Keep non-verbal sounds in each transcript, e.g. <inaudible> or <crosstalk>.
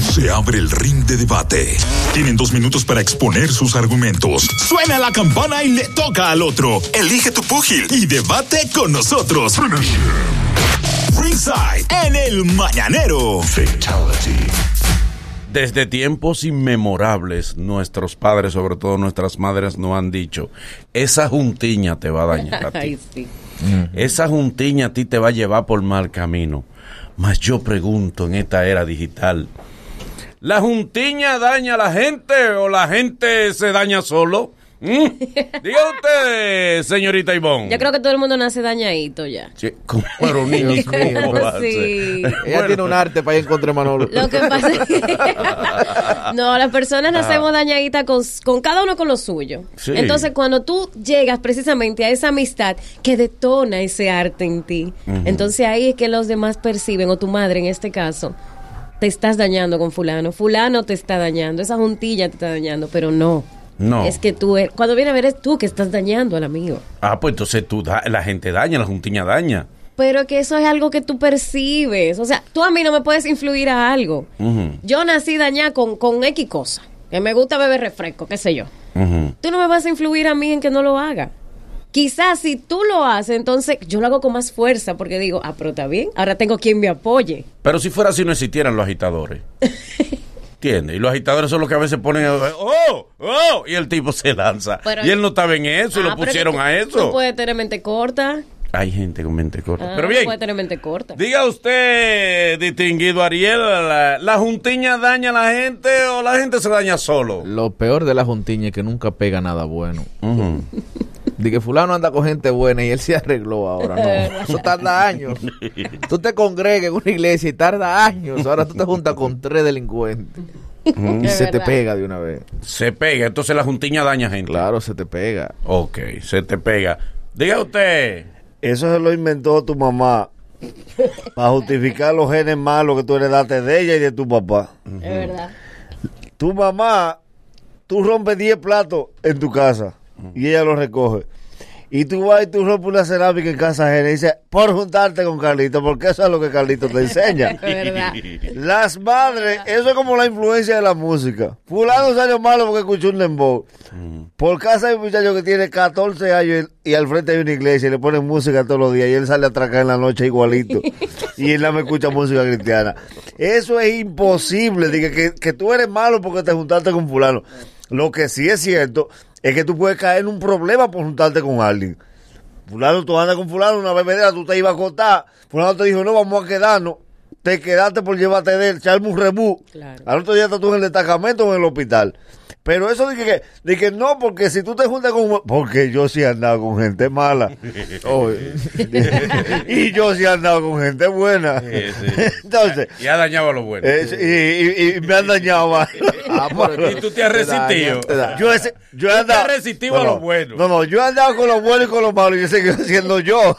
Se abre el ring de debate. Tienen dos minutos para exponer sus argumentos. Suena la campana y le toca al otro. Elige tu púgil y debate con nosotros. Ringside en el mañanero. Desde tiempos inmemorables, nuestros padres, sobre todo nuestras madres, nos han dicho, esa juntiña te va a <laughs> dañar. a ti. Ay, sí. Esa juntiña a ti te va a llevar por mal camino. Mas yo pregunto en esta era digital, ¿la juntiña daña a la gente o la gente se daña solo? ¿Mm? Diga usted, señorita Ivonne. Yo creo que todo el mundo nace dañadito ya. Sí, ¿Cómo era un <laughs> niño? Dios mío. ¿Cómo va a ser? pues Sí. Ella Bueno, Ella tiene un arte para ir en contra de Manolo. Lo que pasa es <laughs> que no, las personas nacemos dañaditas con, con cada uno con lo suyo. Ah. Sí. Entonces, cuando tú llegas precisamente a esa amistad que detona ese arte en ti, entonces ahí es que los demás perciben, o tu madre en este caso, te estás dañando con fulano, fulano te está dañando, esa juntilla te está dañando, pero no. No. Es que tú, er- cuando viene a ver, es tú que estás dañando al amigo. Ah, pues entonces tú da- la gente daña, la juntiña daña. Pero que eso es algo que tú percibes. O sea, tú a mí no me puedes influir a algo. Ujú, Yo nací dañada con, con X cosa. Que me gusta beber refresco, qué sé yo. ujú. Tú no me vas a influir a mí en que no lo haga. Quizás si tú lo haces, entonces yo lo hago con más fuerza porque digo, ah, pero está bien, ahora tengo quien me apoye. Pero si fuera así, no existieran los <laughs> agitadores. ¿Entiendes? Y los agitadores son los que a veces ponen. ¡Oh! ¡Oh! Y el tipo se lanza. Pero- y él no estaba en eso y Ah, lo pero que pusieron tú- a eso. Tú puedes tener mente corta. Hay gente con mente corta. Ah, Pero Tú bien, puedes tener mente corta. diga usted, distinguido Ariel, ¿la, la juntiña daña a la gente o la gente se daña solo? Lo peor de la juntiña es que nunca pega nada bueno. De que fulano anda con gente buena y él se arregló ahora. Eh. No, eso tarda años. Tú te congregas en una iglesia y tarda años. Ahora tú te juntas con tres delincuentes. Y Es se Mm. te verdad. pega de una vez. Se pega, entonces la juntiña daña gente. Claro, se te pega. Ok, se te pega. Diga usted. Eso se lo inventó tu mamá para justificar los genes malos que tú heredaste de ella y de tu papá. Es verdad. Tu mamá, tú rompes 10 platos en tu casa y ella los recoge. Y tú vas y tú rompes una cerámica en casa ajena y dices, por juntarte con Carlito, porque eso es lo que Carlito te enseña. Es verdad. Las madres, eso es como la influencia de la música. Fulano salió malo porque escuchó un dembow. Por casa hay un muchacho que tiene 14 años y y al frente hay una iglesia y le ponen música todos los días y él sale a atracar en la noche igualito. y él no me escucha música cristiana. Eso es imposible, dije que, que tú eres malo porque te juntaste con fulano. Lo que sí es cierto es que tú puedes caer en un problema por juntarte con alguien. Fulano, tú andas con fulano, una bebedera, tú te ibas a acostar. Fulano te dijo, no, vamos a quedarnos. Te quedaste por llevarte de él, echarme un rebú. Claro. Al otro día estás tú en el destacamento o en el hospital. Pero eso de que, de que no, porque si tú te juntas con... un- Porque yo sí he andado con gente mala. Oh, y yo sí he andado con gente buena. <laughs> <laughs> Entonces, Y ha dañado a los buenos. eh, y, y- y me han dañado más. <laughs> Ah, pero- Y tú te has te daña, resistido. te daña. Yo, ese- yo he Tú andado. estás resistivo a no, lo bueno. No, no, yo he andado con lo bueno y con lo malo. Y yo seguí siendo yo.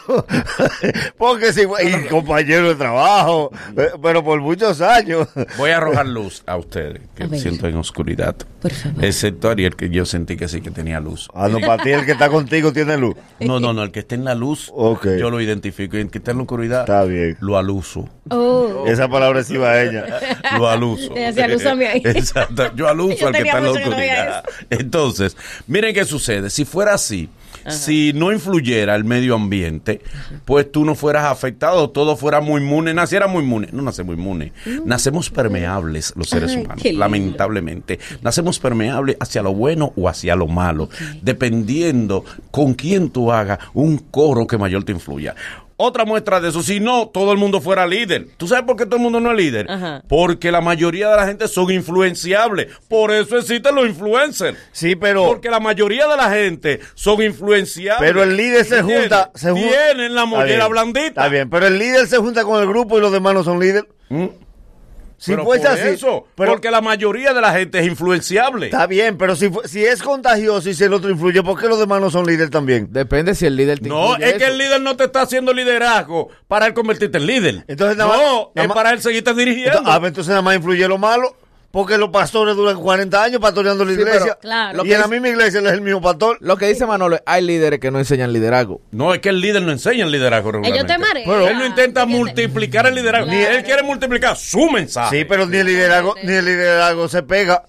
<laughs> Porque si. Y compañero de trabajo. eh, Pero por muchos años. Voy a arrojar luz a ustedes, que A ver. siento en oscuridad. Por favor. Excepto Ariel, que yo sentí que sí que tenía luz. Ah, no, para ti el que está contigo tiene luz. No, no, no, el que está en la luz, Ok. yo lo identifico. Y el que está en la oscuridad, Está bien. lo aluso. Oh. Esa palabra sí va a ella. <laughs> Lo aluso. Ella <laughs> decía, "Alúzame ahí". Exacto, yo aluso <laughs> Yo al que tenía está en la mucho que no veía oscuridad. Entonces, miren qué sucede. Si fuera así, si no influyera el medio ambiente, pues tú no fueras afectado, todo fuera muy inmune, naciera muy inmune. No nacemos inmune, nacemos permeables los seres Mm. Ay, humanos, qué lindo. lamentablemente. Nacemos permeables hacia lo bueno o hacia lo malo, dependiendo con quién tú hagas un coro que mayor te influya. Otra muestra de eso, si no, todo el mundo fuera líder. ¿Tú sabes por qué todo el mundo no es líder? Ajá. Porque la mayoría de la gente son influenciables. Por eso existen los influencers. Sí, pero. Porque la mayoría de la gente son influenciables. Pero el líder se ¿Entiendes? junta. Se jun- Tienen la Está mollera bien, blandita. Está bien, pero el líder se junta con el grupo y los demás no son líder. Si ¿Mm? pues, pero fuese por así. eso, pero- porque la mayoría de la gente es influenciable. Está bien, pero si, fu- si es contagioso y si el otro influye, ¿por qué los demás no son líder también? Depende si el líder te No, incluye es que eso. el líder no te está haciendo liderazgo para él convertirte en líder. Entonces, nada más- no, nada es más- para él seguirte dirigiendo. Entonces, ah, pues entonces nada más influye lo malo. Porque los pastores duran 40 años pastoreando la Sí, pero- iglesia. Claro. Y Lo en que la misma iglesia él es el mismo pastor. Lo que dice Manolo, hay líderes que no enseñan liderazgo. No, es que el líder no enseña el liderazgo regularmente. Ellos te marean. Pero él no intenta multiplicar el liderazgo. Claro. Él quiere multiplicar su mensaje. Sí, pero ni el liderazgo, ni el liderazgo se pega.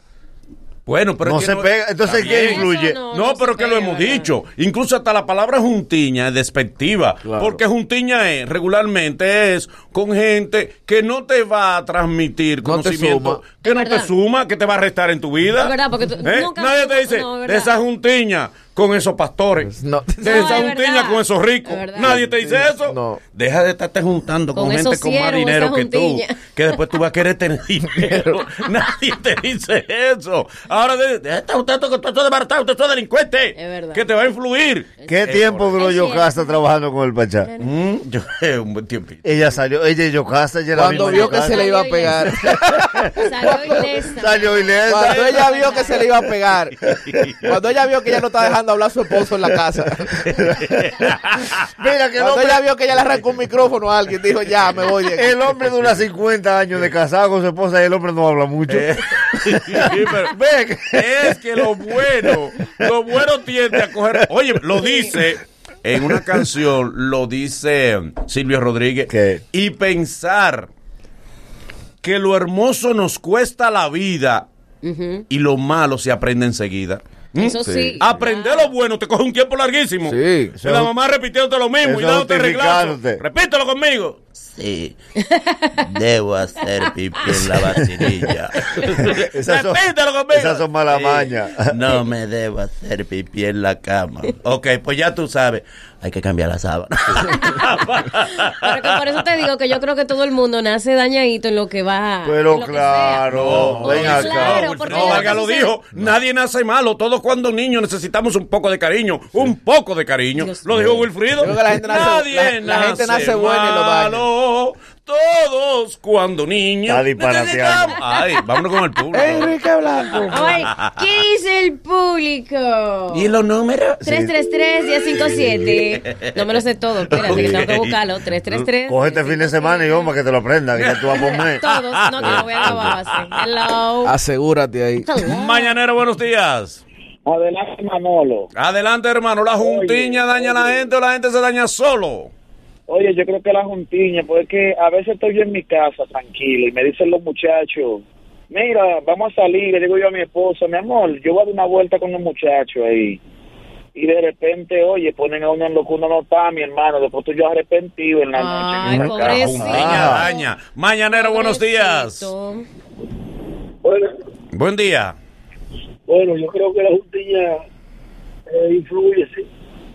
bueno, pero es no que se pega. Entonces, Está ¿qué bien. influye? Eso no. No, pero se que lo pega, hemos ¿verdad? dicho. Incluso hasta la palabra juntiña es despectiva. Claro. Porque juntiña es, regularmente es con gente que no te va a transmitir No te conocimiento, suma. que Es no te verdad. suma, que te va a restar en tu vida. Es verdad, porque tú- ¿Eh? nunca- Nadie te dice, no, es verdad. de esa juntiña con esos pastores. No. De No, esa es juntiña verdad. con esos ricos. Es verdad. Nadie te dice eso. No. Deja de estarte juntando con, Con gente esos con más siervos, dinero esa que tú. juntiña. Que después tú vas a querer tener <laughs> dinero. Nadie te dice eso. Ahora, de- "Este deja de estar juntando con todos esos desbaratados, todos esos delincuentes. Es verdad. Que te va a influir. ¿Qué tiempo duró Es Yocasta trabajando con el Pachá? Mm, yo, <laughs> eh, un buen tiempito. <laughs> Ella salió, ella y Yocasta, ella era la Cuando misma vio que se Yocasta. le iba a pegar. Salió <laughs> ileso. <laughs> Salió ilesa. Cuando ella vio que se le iba a pegar. Cuando ella vio que ella no estaba dejando hablar a su esposo en la casa. Mira que el Cuando hombre, ella vio que ella le arrancó un micrófono a alguien, dijo, ya, me voy. de aquí". el hombre dura 50 años de casado con su esposa y el hombre no habla mucho. Sí, pero- Ve que- es que lo bueno, lo bueno tiende a coger. Oye, lo dice. En una canción lo dice Silvio Rodríguez. ¿Qué? Y pensar que lo hermoso nos cuesta la vida y lo malo se aprende enseguida. ¿Mm? Eso sí. Aprender lo bueno te coge un tiempo larguísimo. Sí. Y La mamá repitiéndote lo mismo y Eso dándote reglazo. justificándote. Repítelo conmigo. Sí. Debo hacer pipí en la vacinilla. <laughs> Esas son, Repítelo conmigo. Ah, esas son malas mañas. No me debo hacer pipí en la cama. Ok, pues ya tú sabes. Hay que cambiar la sábana. Pero que por eso te digo que yo creo que todo el mundo nace dañadito en lo que va. <laughs> Pero en lo que claro, sea. ven Claro, acá. No, porque no, lo Valga que lo sucede- dijo. Nadie nace malo. Todos cuando niños necesitamos un poco de cariño. Un poco de cariño. Dios lo dijo Wilfrido. Yo creo que la gente nace- Nadie la- la gente nace buena y lo daña. malo. Todos cuando niños Está disparateando. necesitamos- Ay, vámonos con el público. Enrique Blanco. Ay, ¿qué dice el público? ¿Y los números? 333-1057. No me lo sé todo, espérate, que tengo que buscarlo. 333. Coge este fin de semana y vamos que te lo aprendas, que ya tú vas a comer. <laughs> Todos, <laughs> no, que lo voy Ah, a grabar así. Hello. Asegúrate ahí. Hello. Mañanero, buenos días. Adelante Manolo. Adelante, hermano. La juntiña daña a la gente o la gente se daña solo. Oye, yo creo que la juntiña, porque a veces estoy yo en mi casa tranquilo y me dicen los muchachos, mira, vamos a salir, le digo yo a mi esposa, mi amor, yo voy a dar una vuelta con los muchachos ahí. Y de repente, oye, ponen a uno en lo que uno no está, mi hermano, después estoy yo arrepentido en la noche. Ay, en la cama. La pobrecito. juntiña Ah. daña. Mañanero, buenos días. Pobrecito. Bueno, Buen día. bueno, yo creo que la juntiña eh, influye, sí.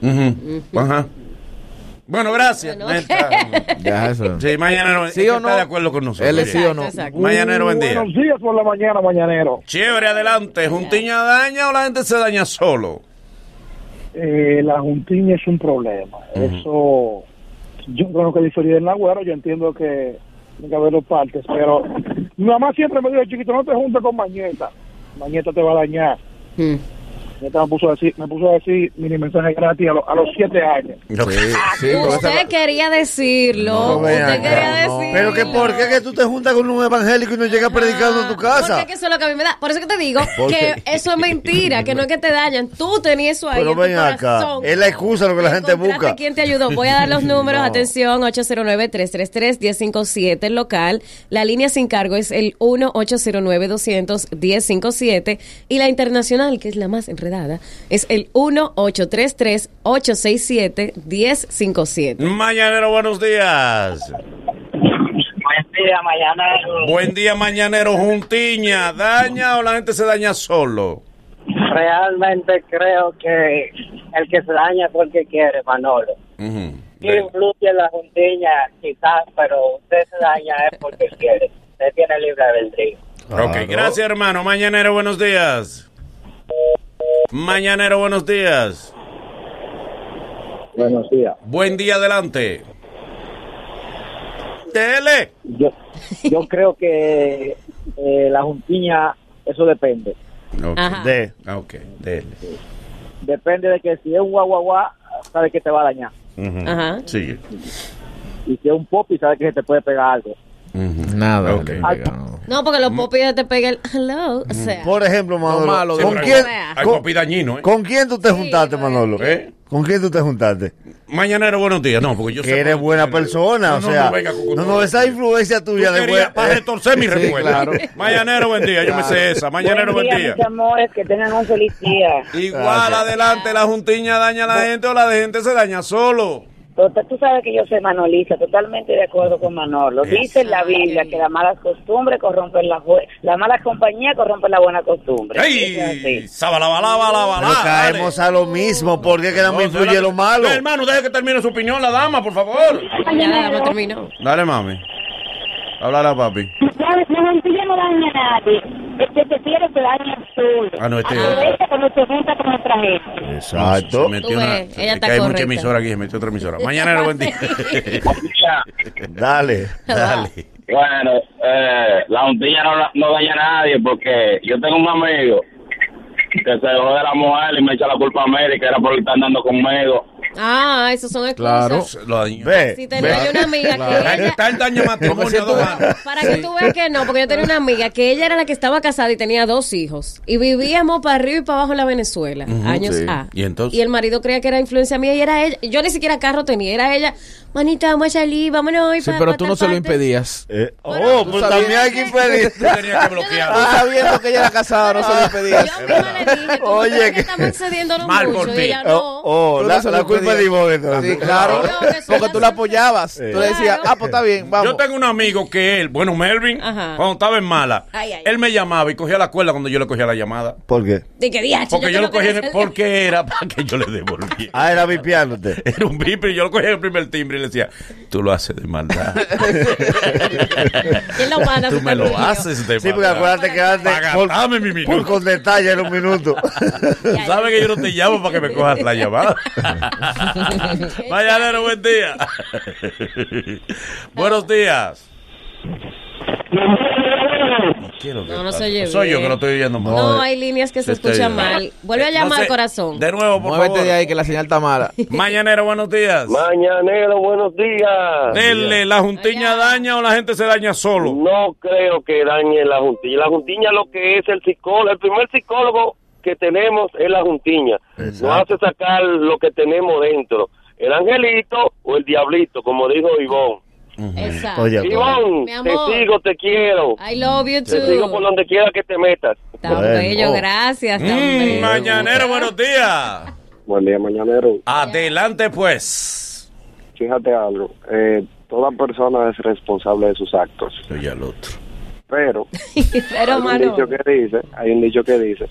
Ujú. Ajá. Bueno, gracias. Bueno, Neta. Ya, eso. Sí, mañanero. ¿Sí o está no? de acuerdo con nosotros. Él es sí o no. Exacto, Mañanero, buen día. Buenos días por la mañana, mañanero. Chévere, adelante. ¿Juntiña daña o la gente se daña solo? eh, la juntiña es un problema. Eso, yo con lo que difería del Nagüero, yo entiendo que tiene que haber dos partes, pero mi mamá siempre me dijo, chiquito, no te juntes con Mañeta, Mañeta te va a dañar. Mm. Mañeta me puso a decir, me puso a decir mini mensaje gratis a, lo- a los siete años. Sí, sí, porque esa- Usted quería decirlo. No, ven Usted acá, quería no. decirlo. Pero que por qué que tú te juntas con un evangélico y no llegas predicando a tu Porque casa. es Ah, que eso es lo que a mí me da. Por eso que te <laughs> digo que eso es mentira, que no es que te dañan. Tú tenías eso ahí. Pero en tu ven acá, corazón. es la excusa lo que la gente Encontraste busca. quién te ayudó. Voy a dar <laughs> los números. Atención, 809-333-1057, el local. La línea sin cargo es el 1-809-200-1057. Y la internacional, que es la más enredada, es el 1-833-867-1057. Mañanero, buenos días. Buen día, mañanero. Buen día, mañanero. ¿Juntiña daña o la gente se daña solo? Realmente creo que el que se daña es porque quiere, Manolo. Ujú. Sí influye la juntiña, quizás, pero usted se daña es porque quiere. Usted tiene libre albedrío. Ok, gracias, hermano. Mañanero, buenos días. Mañanero, buenos días. Buenos días. Buen día, adelante. Dele. Yo, yo creo que eh, la juntiña, eso depende. Ok, Ajá. De, Ah, ok, dele. Depende de que si es un guaguaguá, sabe que te va a dañar. Mm. Ujú. Ajá. Sigue. Y si es un popi, sabe que se te puede pegar algo. Ujú. Nada. Ok. Enrique, no. No, porque los popis te pegan el hello. O sea, Mm. Por ejemplo, Manolo, malo, ¿con, de- quién, Hay con- papi dañino, ¿eh? con quién tú te juntaste, Manolo? ¿Eh? ¿Con quién tú te juntaste? Mañanero, buenos días. No, porque yo sé Que eres cuando- buena persona, No, o no, sea, no, venga con- no, no, esa influencia Tú tuya de eh, querías buena... para retorcer <laughs> mi Sí, recuerdo. claro. Mañanero, buen día. Yo me sé esa. Mañanero, buen día. mis amores, que tengan un feliz día. Igual adelante, la juntiña daña a la gente o la de gente se daña solo. Total, tú sabes que yo soy manolista, totalmente de acuerdo con Manolo. Dice la Biblia que las malas costumbres corrompen la, bu- la mala compañía corrompe la buena costumbre. Eso es ¡Ey! así. ¡Sabalabalá, balabalá! Pero caemos a lo mismo, porque que nada más influye lo malo. hermano, deje que termine su opinión la dama, por favor. ya la dama terminó. Dale, mami. Háblale a papi. ¿Sabes? La mentira no daña a nadie. El que te quiere te daña solo. Ah, no, este es otro. Aprovecha cuando se junta con otra gente. Exacto. Se metió Tú una- ves, ella que está hay mucha correcta. emisora aquí, se metió otra emisora. Mañanero, buen <laughs> día. Dale. Dale. Bueno, eh, la juntilla no, la- no daña a nadie porque yo tengo un amigo que se dejó de la mujer y me echa la culpa a Mary que era por estar andando conmigo. Ah, esos son excusas. Claro. Eh, Lo dañó. Ve, Si te ve. hay una amiga Ahí que ella... Está el daño Yo me matrimonio, siento- dos manos. Para que tú veas que no, porque yo tenía una amiga que ella era la que estaba casada y tenía dos hijos. Y vivíamos para arriba y para abajo en la Venezuela, años sí. A. ¿Y entonces? el marido creía que era influencia mía y era ella. Yo ni siquiera carro tenía, era ella. Manita, vamos a salir, vámonos. y Sí, pa- pero pa tú tal no se lo parte". impedías. Eh, Bueno, oh, pues <laughs> tú pero sabías también hay que que- impedir. Tú tenías que bloquear. sabiendo que ella era casada, no se lo impedías. Yo misma le dije, como Oye, ustedes que- que estamos excediéndonos Mal por mucho. Y ti. ella <laughs> Oh, no. oh, Tú no la, se lo la culpa es de impedías. vos, entonces. Sí, claro. Claro, que eso Porque ya tú se la hace. apoyabas. Tú le decías, Claro. ah, pues está bien, vamos. Yo tengo un amigo que él, bueno, Melvin, Ajá. cuando estaba en mala, Ay, ay. él me llamaba y cogía la cuerda cuando yo le cogía la llamada. ¿Por qué? De que diache, Porque yo tengo lo cogía, que en el- <laughs> porque era <laughs> para que yo le devolviera. Ah, era <laughs> vipiándote. Era un viper y yo lo cogía en el primer timbre y le decía, tú lo haces de <laughs> maldad. Y él lo manda, tú se me te lo olvidó. haces de Sí, porque maldad. acuérdate que antes. Para Por, gastarme mi minuto. por con detalle en un minuto. <laughs> Tú sabes que yo no te llamo para que me cojas la <laughs> llamada. Mañanero, buen día. Buenos días. Quiero que- No, no se oye Soy yo bien. que lo estoy oyendo mal. No, hay líneas que se Estoy escuchan oyendo. mal. Vuelve a Eh, no llamar, sé. corazón. De nuevo, por Muévete favor. de ahí que la señal está mala. Mañanero, buenos días. Mañanero, buenos días. Dele, la juntiña daña o la gente se daña solo. No creo que dañe la juntiña. La juntiña lo que es el psicólogo, el primer psicólogo que tenemos es la juntiña. Nos hace sacar lo que tenemos dentro. El angelito o el diablito, como dijo Ivonne. Exacto. Oye, Ivonne, Mi te amor. sigo, te quiero. I love you Te sigo por too. donde quiera que te metas. Tan Bueno. bello, gracias, tan bello. Mm, mañanero, buenos <laughs> días. Buen día, mañanero. Adelante, pues. Fíjate algo. eh, toda persona es responsable de sus actos. Soy al otro. Pero Pero, hay un mano, dicho que dice, hay un dicho que dice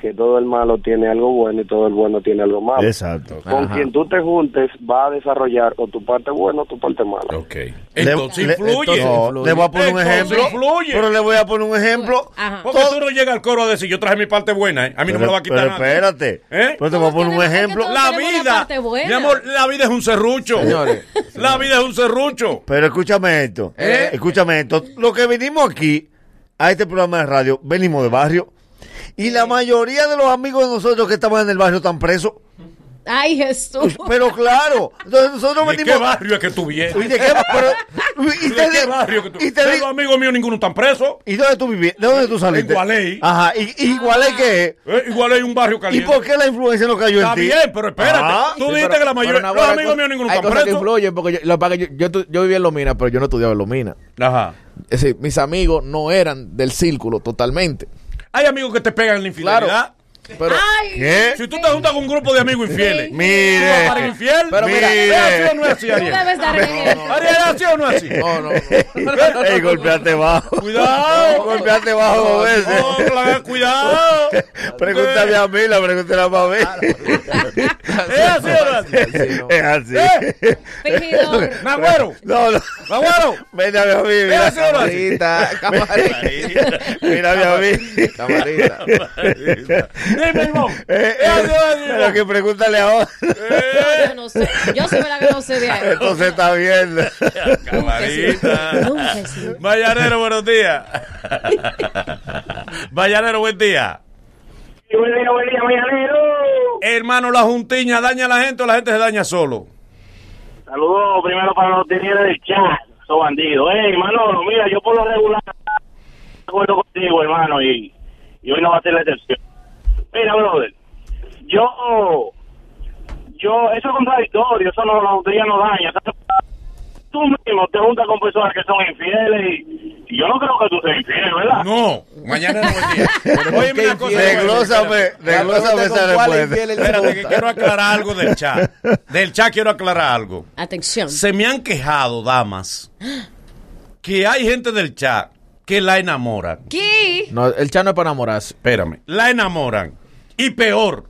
que todo el malo tiene algo bueno y todo el bueno tiene algo malo. Exacto. Con Ajá. quien tú te juntes va a desarrollar o tu parte buena o tu parte mala. Ok. Le- Entonces le- influye. entonces no, influye. le voy a poner un Entonces ejemplo. influye. Pero le voy a poner un ejemplo. Ajá. Porque tú no llegas al coro a decir, yo traje mi parte buena, ¿eh? A mí no me la va a quitar pero nadie. espérate. ¿Eh? Pero te voy a poner un Todos tenemos- ejemplo. es que La tenemos una vida. parte buena. Mi amor, la vida es un serrucho. Señores, <laughs> La vida es un serrucho. Pero escúchame esto. ¿Eh? Escúchame esto. Lo que venimos aquí, a este programa de radio, venimos de barrio. Y la mayoría de los amigos de nosotros que estaban en el barrio están presos. ay Jesús. Pero claro, entonces nosotros ¿Y ¿De qué venimos. barrio es que tú ¿Y vienes? de qué, pero- y ¿De te qué di- barrio que tú y te De di- los amigos míos ninguno están presos. ¿Y dónde tú vivías? ¿De dónde tú saliste? En Gualey. Ajá, ¿y, y Gualey qué es? Eh, Igual hay un barrio ¿Y caliente. por qué la influencia no cayó Está en ti? bien, pero espérate. Ah, tú Sí, dijiste pero- que la mayoría. pero no, los hay amigos cosas- míos ninguno Hay están cosas que presos. influyen, porque yo, lo que pasa es que yo, yo, yo vivía en Lomina, pero yo no estudiaba en Lomina. Ajá. Es decir, mis amigos no eran del círculo totalmente. Hay amigos que te pegan en la infidelidad. Claro. Pero, Ay, ¿Qué? Si tú te juntas con un grupo de amigos infieles, tú vas para el Mire. infiel. Pero mira, ¿Es así o no es así, tú Ariel? debes dar el ejemplo. Ariel, ¿es así o no es así? no, no. <laughs> Ey, golpeaste bajo. <laughs> Cuidado. golpeaste bajo dos veces. Oh, claro, <laughs> cuidado. Pregúntame a mí, la pregúntale a Mabel. <laughs> ¿Es Ah, así o no es así? <laughs> Sí, no. <laughs> Es así. Fingidor. Nagüero, No, no. Nagüero, Mírame a mí, ¿es así o no mira. es así? Camarita, camarita. Mírame a mí. Camarita. Dime, Ivonne, <laughs> Eh, ¿es así o no es así, Pero que Ivonne? pregúntale ahora. Yo no sé. Yo soy la que no sé de ahí. Entonces está viendo. Nunca Camarita. <laughs> he sido. Vallanero, buenos días. Vallanero, buen día. Buen día, buen día, mañanero. Hermano, la juntiña daña a la gente o la gente se daña solo. Saludos primero para los tenientes del chat, esos bandidos. Ey, Manolo, mira, yo por lo regular acuerdo contigo, hermano, y, y hoy no va a ser la excepción. Mira, brother, yo, yo, eso es contradictorio, eso no, no, ella no daña. Tú mismo te juntas con personas que son infieles y, y yo no creo que tú seas infiel, ¿verdad? No, mañana no es día. <laughs> Oye, una cosa. Desglósame, desglósame esa respuesta. Espérate, que quiero aclarar algo del chat. Del chat quiero aclarar algo. Atención. Se me han quejado, damas, que hay gente del chat que la enamoran. ¿Qué? No, el chat no es para enamorarse. Espérame, la enamoran. Y peor,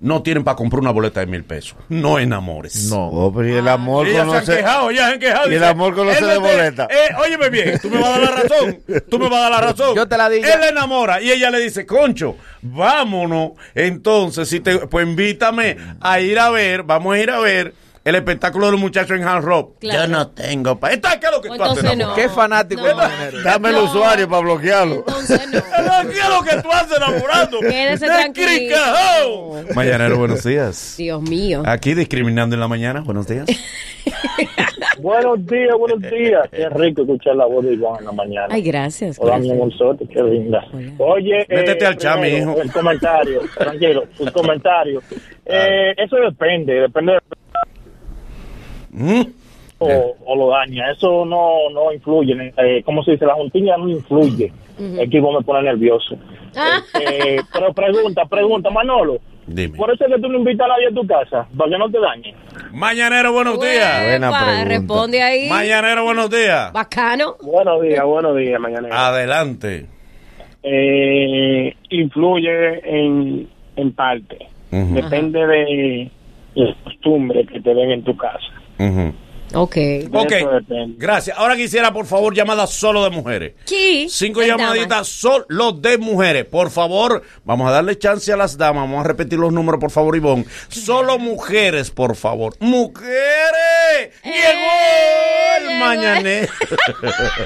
no tienen para comprar una boleta de mil pesos. No enamores. No. Oh, pero y el amor Ellas Ah, se han conoce. quejado, ellas se han quejado. Y el Dice, amor conoce él de no te- boleta. Eh, óyeme bien, tú me vas a dar la razón. Tú me vas a dar la razón. Yo te la di ya. Él la enamora y ella le dice, concho, vámonos. Entonces, si te, pues invítame a ir a ver, vamos a ir a ver el espectáculo del muchacho en Hard Rock. Claro. Yo no tengo pa... Esta es lo que tú haces. Entonces no. enamorado. Qué fanático No. de dinero. Dame el No. usuario para bloquearlo. Entonces no. Esta es lo que tú haces enamorando. Quédese tranquilo. tranquilo. Mañanero, buenos días. Dios mío. Aquí discriminando en la mañana, buenos días. Buenos días, buenos días. Qué rico escuchar la voz de Iván en la mañana. Ay, gracias. Hola, gracias. mi amorzote, qué linda. Hola. Oye, eh, Métete al chame, primero, hijo. Ah. El comentario, <laughs> tranquilo, el comentario. Eh, eso depende, depende de <laughs> Mm. o, o lo daña. Eso no, no influye. Eh, ¿Cómo se dice? La juntilla no influye. El equipo me pone nervioso. Ah. Eh, pero pregunta, pregunta, Manolo. Dime. Por eso es que tú no invitas a nadie a tu casa, para que no te dañe. Mañanero, buenos días. Buena Uepa, pregunta. Responde ahí. Mañanero, buenos días. Bacano. Buenos días, buenos días, mañana. Ah, Adelante. eh, influye en, en parte. Ujú. Depende de las costumbres que te den en tu casa. Ujú. Ok. De Ok, eso depende. gracias. Ahora quisiera, por favor, llamadas solo de mujeres. ¿Qué? Cinco Las llamaditas solo de mujeres. Por favor, vamos a darle chance a las damas. Vamos a repetir los números, por favor, Ivonne. Solo mujeres, por favor. ¡Mujeres! ¡Llegó el llegó. mañanero!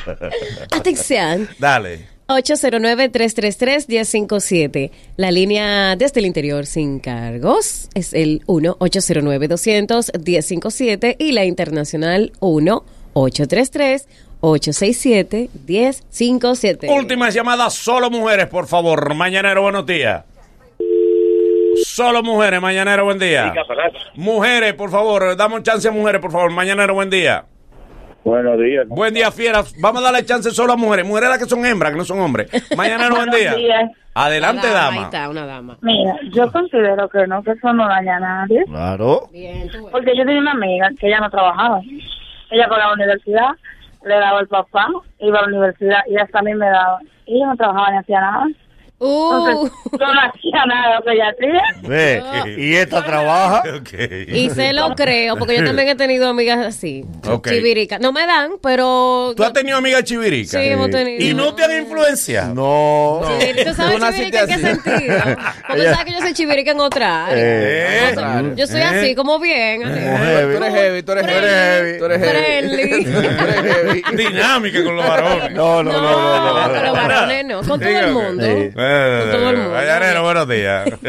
damas. Atención. Dale. 809-333-1057. La línea desde el interior sin cargos es el 1-809-200-1057 y la internacional 1-833-867-1057. Últimas llamadas, solo mujeres, por favor. Mañanero, buenos días. Solo mujeres, mañanero, buen día. Mujeres, por favor, damos chance a mujeres, por favor. Mañanero, buen día. Buenos días. Buen día, fieras. Vamos a darle chance solo a mujeres. Mujeres las que son hembras, que no son hombres. Mañanero, <laughs> buen Buenos día. días. Una Adelante, Ahí dama. está, una dama. Mira, yo considero que no, que eso no daña a nadie. Claro. Bien, tú. Porque yo tenía una amiga que ella no trabajaba. Ella pagaba la universidad, le daba el papá, iba a la universidad y hasta a mí me daba. Y yo no trabajaba ni hacía nada. Uh, Entonces, yo no hacía nada de lo que ella hacía. Ve. No. Y esta trabaja. <laughs> Ok. y se lo creo, porque yo también he tenido amigas así. Ok. Chivirica. No me dan, pero. ¿Tú has tenido amiga chivirica? Sí, hemos tenido. ¿Y no te han influenciado? No. Chiviri- ¿Tú sabes Tú naciste chivirica en qué así. <laughs> sentido? Porque tú sabes que yo soy chivirica en otra área. Eh, ¿Eh? Claro. Yo soy así, como bien. como así. Tú eres heavy. heavy, tú eres Tú eres heavy. heavy. Tú eres heavy. Friendly. <laughs> Tú eres heavy. Dinámica con los varones. <laughs> No, no, no, no. no, con los no, no. varones no, con todo el Ah, Dígame. mundo. Sí. Con todo el mundo. Mañanero, buenos días. <laughs>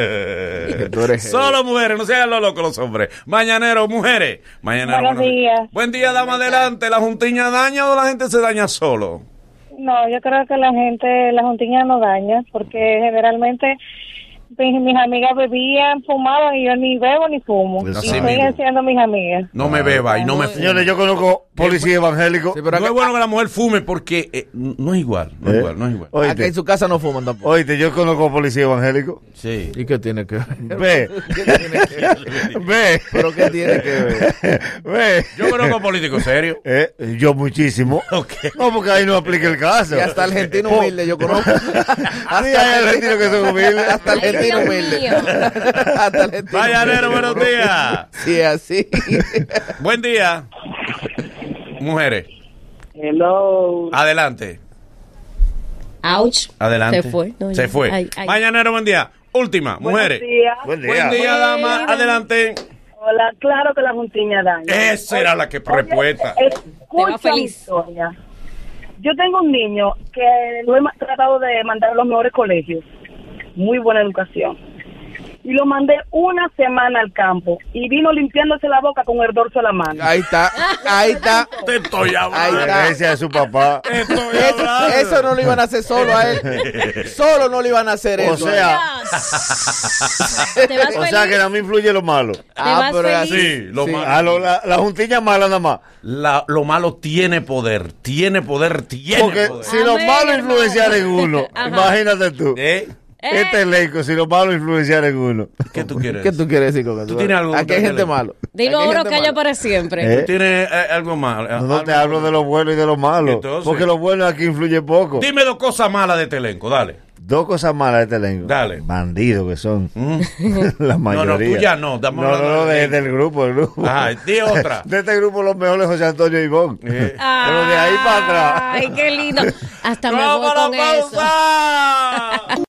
tú eres <laughs> heavy. Solo mujeres, no sean los locos los hombres. Mañanero, mujeres. Mañanero, Buenos días. Buen día, dama, adelante. ¿La juntiña daña o la gente se daña solo? No, yo creo que la gente, la juntiña no daña, porque generalmente mis, mis amigas bebían, fumaban y yo ni bebo ni fumo. Pues y así siguen mismo. siendo mis amigas. No me beba y no me fume. Señores, yo conozco policía evangélico. Sí, pero no acá- es bueno que la mujer fume porque eh, no es igual, no es ¿Eh? igual, no es igual. acá en Oíste, su casa no fuman tampoco. oíste, yo conozco policía evangélico. Sí. ¿Y qué tiene que ver? <laughs> Ve. ¿Qué tiene que ver? Ve. ¿Pero qué tiene que ver? <laughs> Ve. Yo conozco políticos <laughs> serios. Eh, yo muchísimo. Ok. No, porque ahí no aplica el caso. Y hasta argentino <laughs> Po- humilde yo <laughs> conozco. Hasta Sí, hay argentinos que son <laughs> humildes. Hasta Ay, argentino Dios humilde. <laughs> mío. Hasta argentino Mañanero, humilde yo buenos conozco. días. Sí, así. <laughs> Buen día. Mujeres, Hello. adelante. <laughs> Ouch. Adelante. Se fue. No, se ya. fue. Ay, ay. Mañanero, buen día. Última, mujeres. Buen día. Buen día, dama. Adelante. Hola, claro que la juntiña daña. Esa era la que respuesta. Te va Escucha mi feliz. historia. Yo tengo un niño que lo he ma- tratado de mandar a los mejores colegios. Muy buena educación. y lo mandé una semana al campo y vino limpiándose la boca con el dorso de la mano. Ahí está, ahí está. Te estoy Ahí hablando. está. Ese es su papá. Te estoy Eso, hablando. eso no lo iban a hacer solo <laughs> a él. Solo no lo iban a hacer O eso. sea, Te vas o sea feliz. que a mí influye lo malo. Ah, vas feliz. Sí, lo Sí. malo. A lo- la, la juntilla mala nada más. La- lo malo tiene poder, tiene poder, tiene Porque poder. si lo Amén, malo hermano. influenciara en uno, <laughs> Ajá. imagínate tú. ¿Eh? Este elenco, si lo malo influenciara en uno. ¿Qué tú quieres? ¿Qué tú quieres decir con eso? ¿Tú tienes algo Aquí hay que gente le- malo. Dilo Aquí hay oro gente calla mala. para siempre. ¿Eh? ¿Tienes eh, algo malo? No, no te hablo de lo bueno y de lo malo. Entonces. porque lo bueno aquí influye poco. Dime dos cosas malas de este elenco, dale. Dos cosas malas de este elenco. Dale. Bandidos que son. <laughs> la mayoría. tuya no, estamos No, no, hablando no, de- de- del grupo, del grupo. Ajá, di otra. <laughs> De este grupo los mejores José Antonio Ivón. Eh. Pero de ahí para atrás. Ay, qué lindo. Hasta me voy ¡Vamos a con la eso. pausa!